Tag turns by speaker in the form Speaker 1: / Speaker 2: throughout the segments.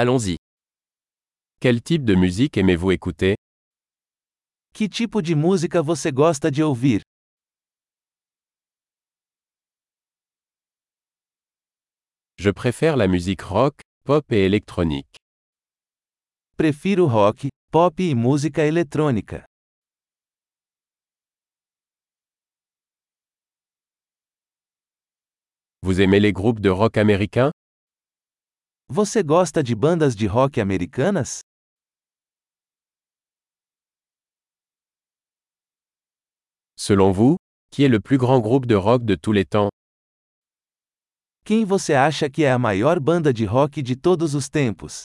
Speaker 1: Allons-y. Quel type de musique aimez-vous écouter
Speaker 2: Que tipo de música você gosta de ouvir?
Speaker 1: Je préfère la musique rock, pop et électronique.
Speaker 2: Prefiro rock, pop e música eletrônica.
Speaker 1: Vous aimez les groupes de rock américains
Speaker 2: Você gosta de bandas de rock americanas?
Speaker 1: Selon vous, qui est le plus grand groupe de rock de tous les temps
Speaker 2: Quem você acha que é a maior banda de rock de todos os tempos?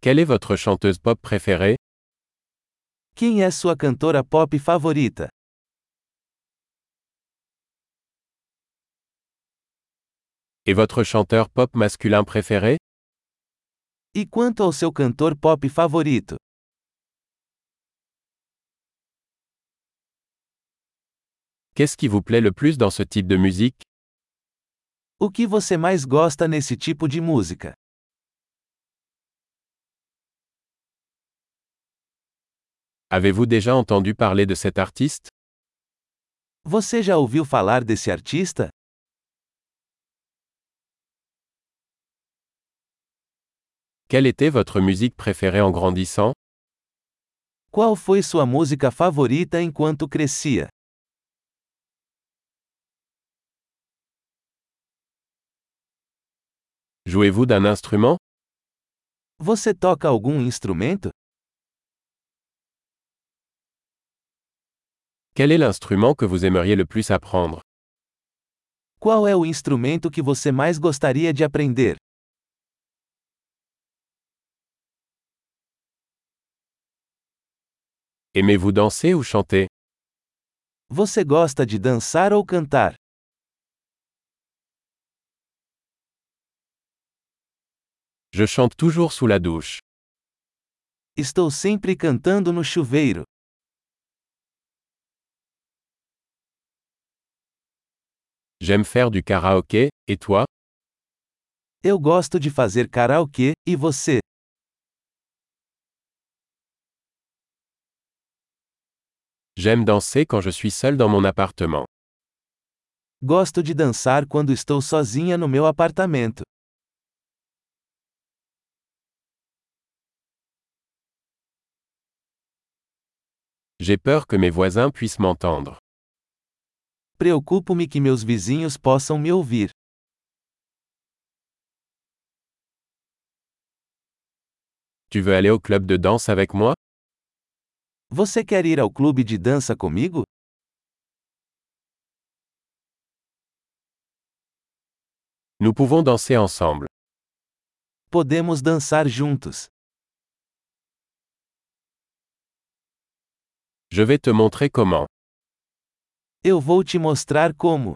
Speaker 1: Quelle est votre chanteuse pop préférée
Speaker 2: Quem é sua cantora pop favorita?
Speaker 1: Et votre chanteur pop masculin préféré
Speaker 2: E quanto ao seu cantor pop favorito?
Speaker 1: Qu'est-ce qui vous plaît le plus dans ce type de musique
Speaker 2: O que você mais gosta nesse tipo de música?
Speaker 1: Avez-vous déjà entendu parler de cet artiste
Speaker 2: Você já ouviu falar desse artista?
Speaker 1: Quelle était votre musique préférée en grandissant
Speaker 2: Qual foi sua música favorita enquanto crescia?
Speaker 1: Jouez-vous d'un instrument
Speaker 2: Você toca algum instrumento?
Speaker 1: Quel est l'instrument que vous aimeriez le plus apprendre
Speaker 2: Qual é o instrumento que você mais gostaria de aprender?
Speaker 1: Aimez-vous danser ou chanter
Speaker 2: Você gosta de dançar ou cantar?
Speaker 1: Je chante toujours sous la douche.
Speaker 2: Estou sempre cantando no chuveiro.
Speaker 1: J'aime faire du karaoké, et toi
Speaker 2: Eu gosto de fazer karaokê, e você?
Speaker 1: J'aime danser quand je suis seul dans mon appartement.
Speaker 2: Gosto de dançar quando estou sozinha no meu apartamento.
Speaker 1: J'ai peur que mes voisins puissent m'entendre.
Speaker 2: Preocupo-me que meus vizinhos possam me ouvir.
Speaker 1: Tu veux aller au club de danse avec moi
Speaker 2: Você quer ir ao clube de dança comigo?
Speaker 1: Nous pouvons danser ensemble.
Speaker 2: Podemos dançar juntos.
Speaker 1: Je vais te montrer comment.
Speaker 2: Eu vou te mostrar como.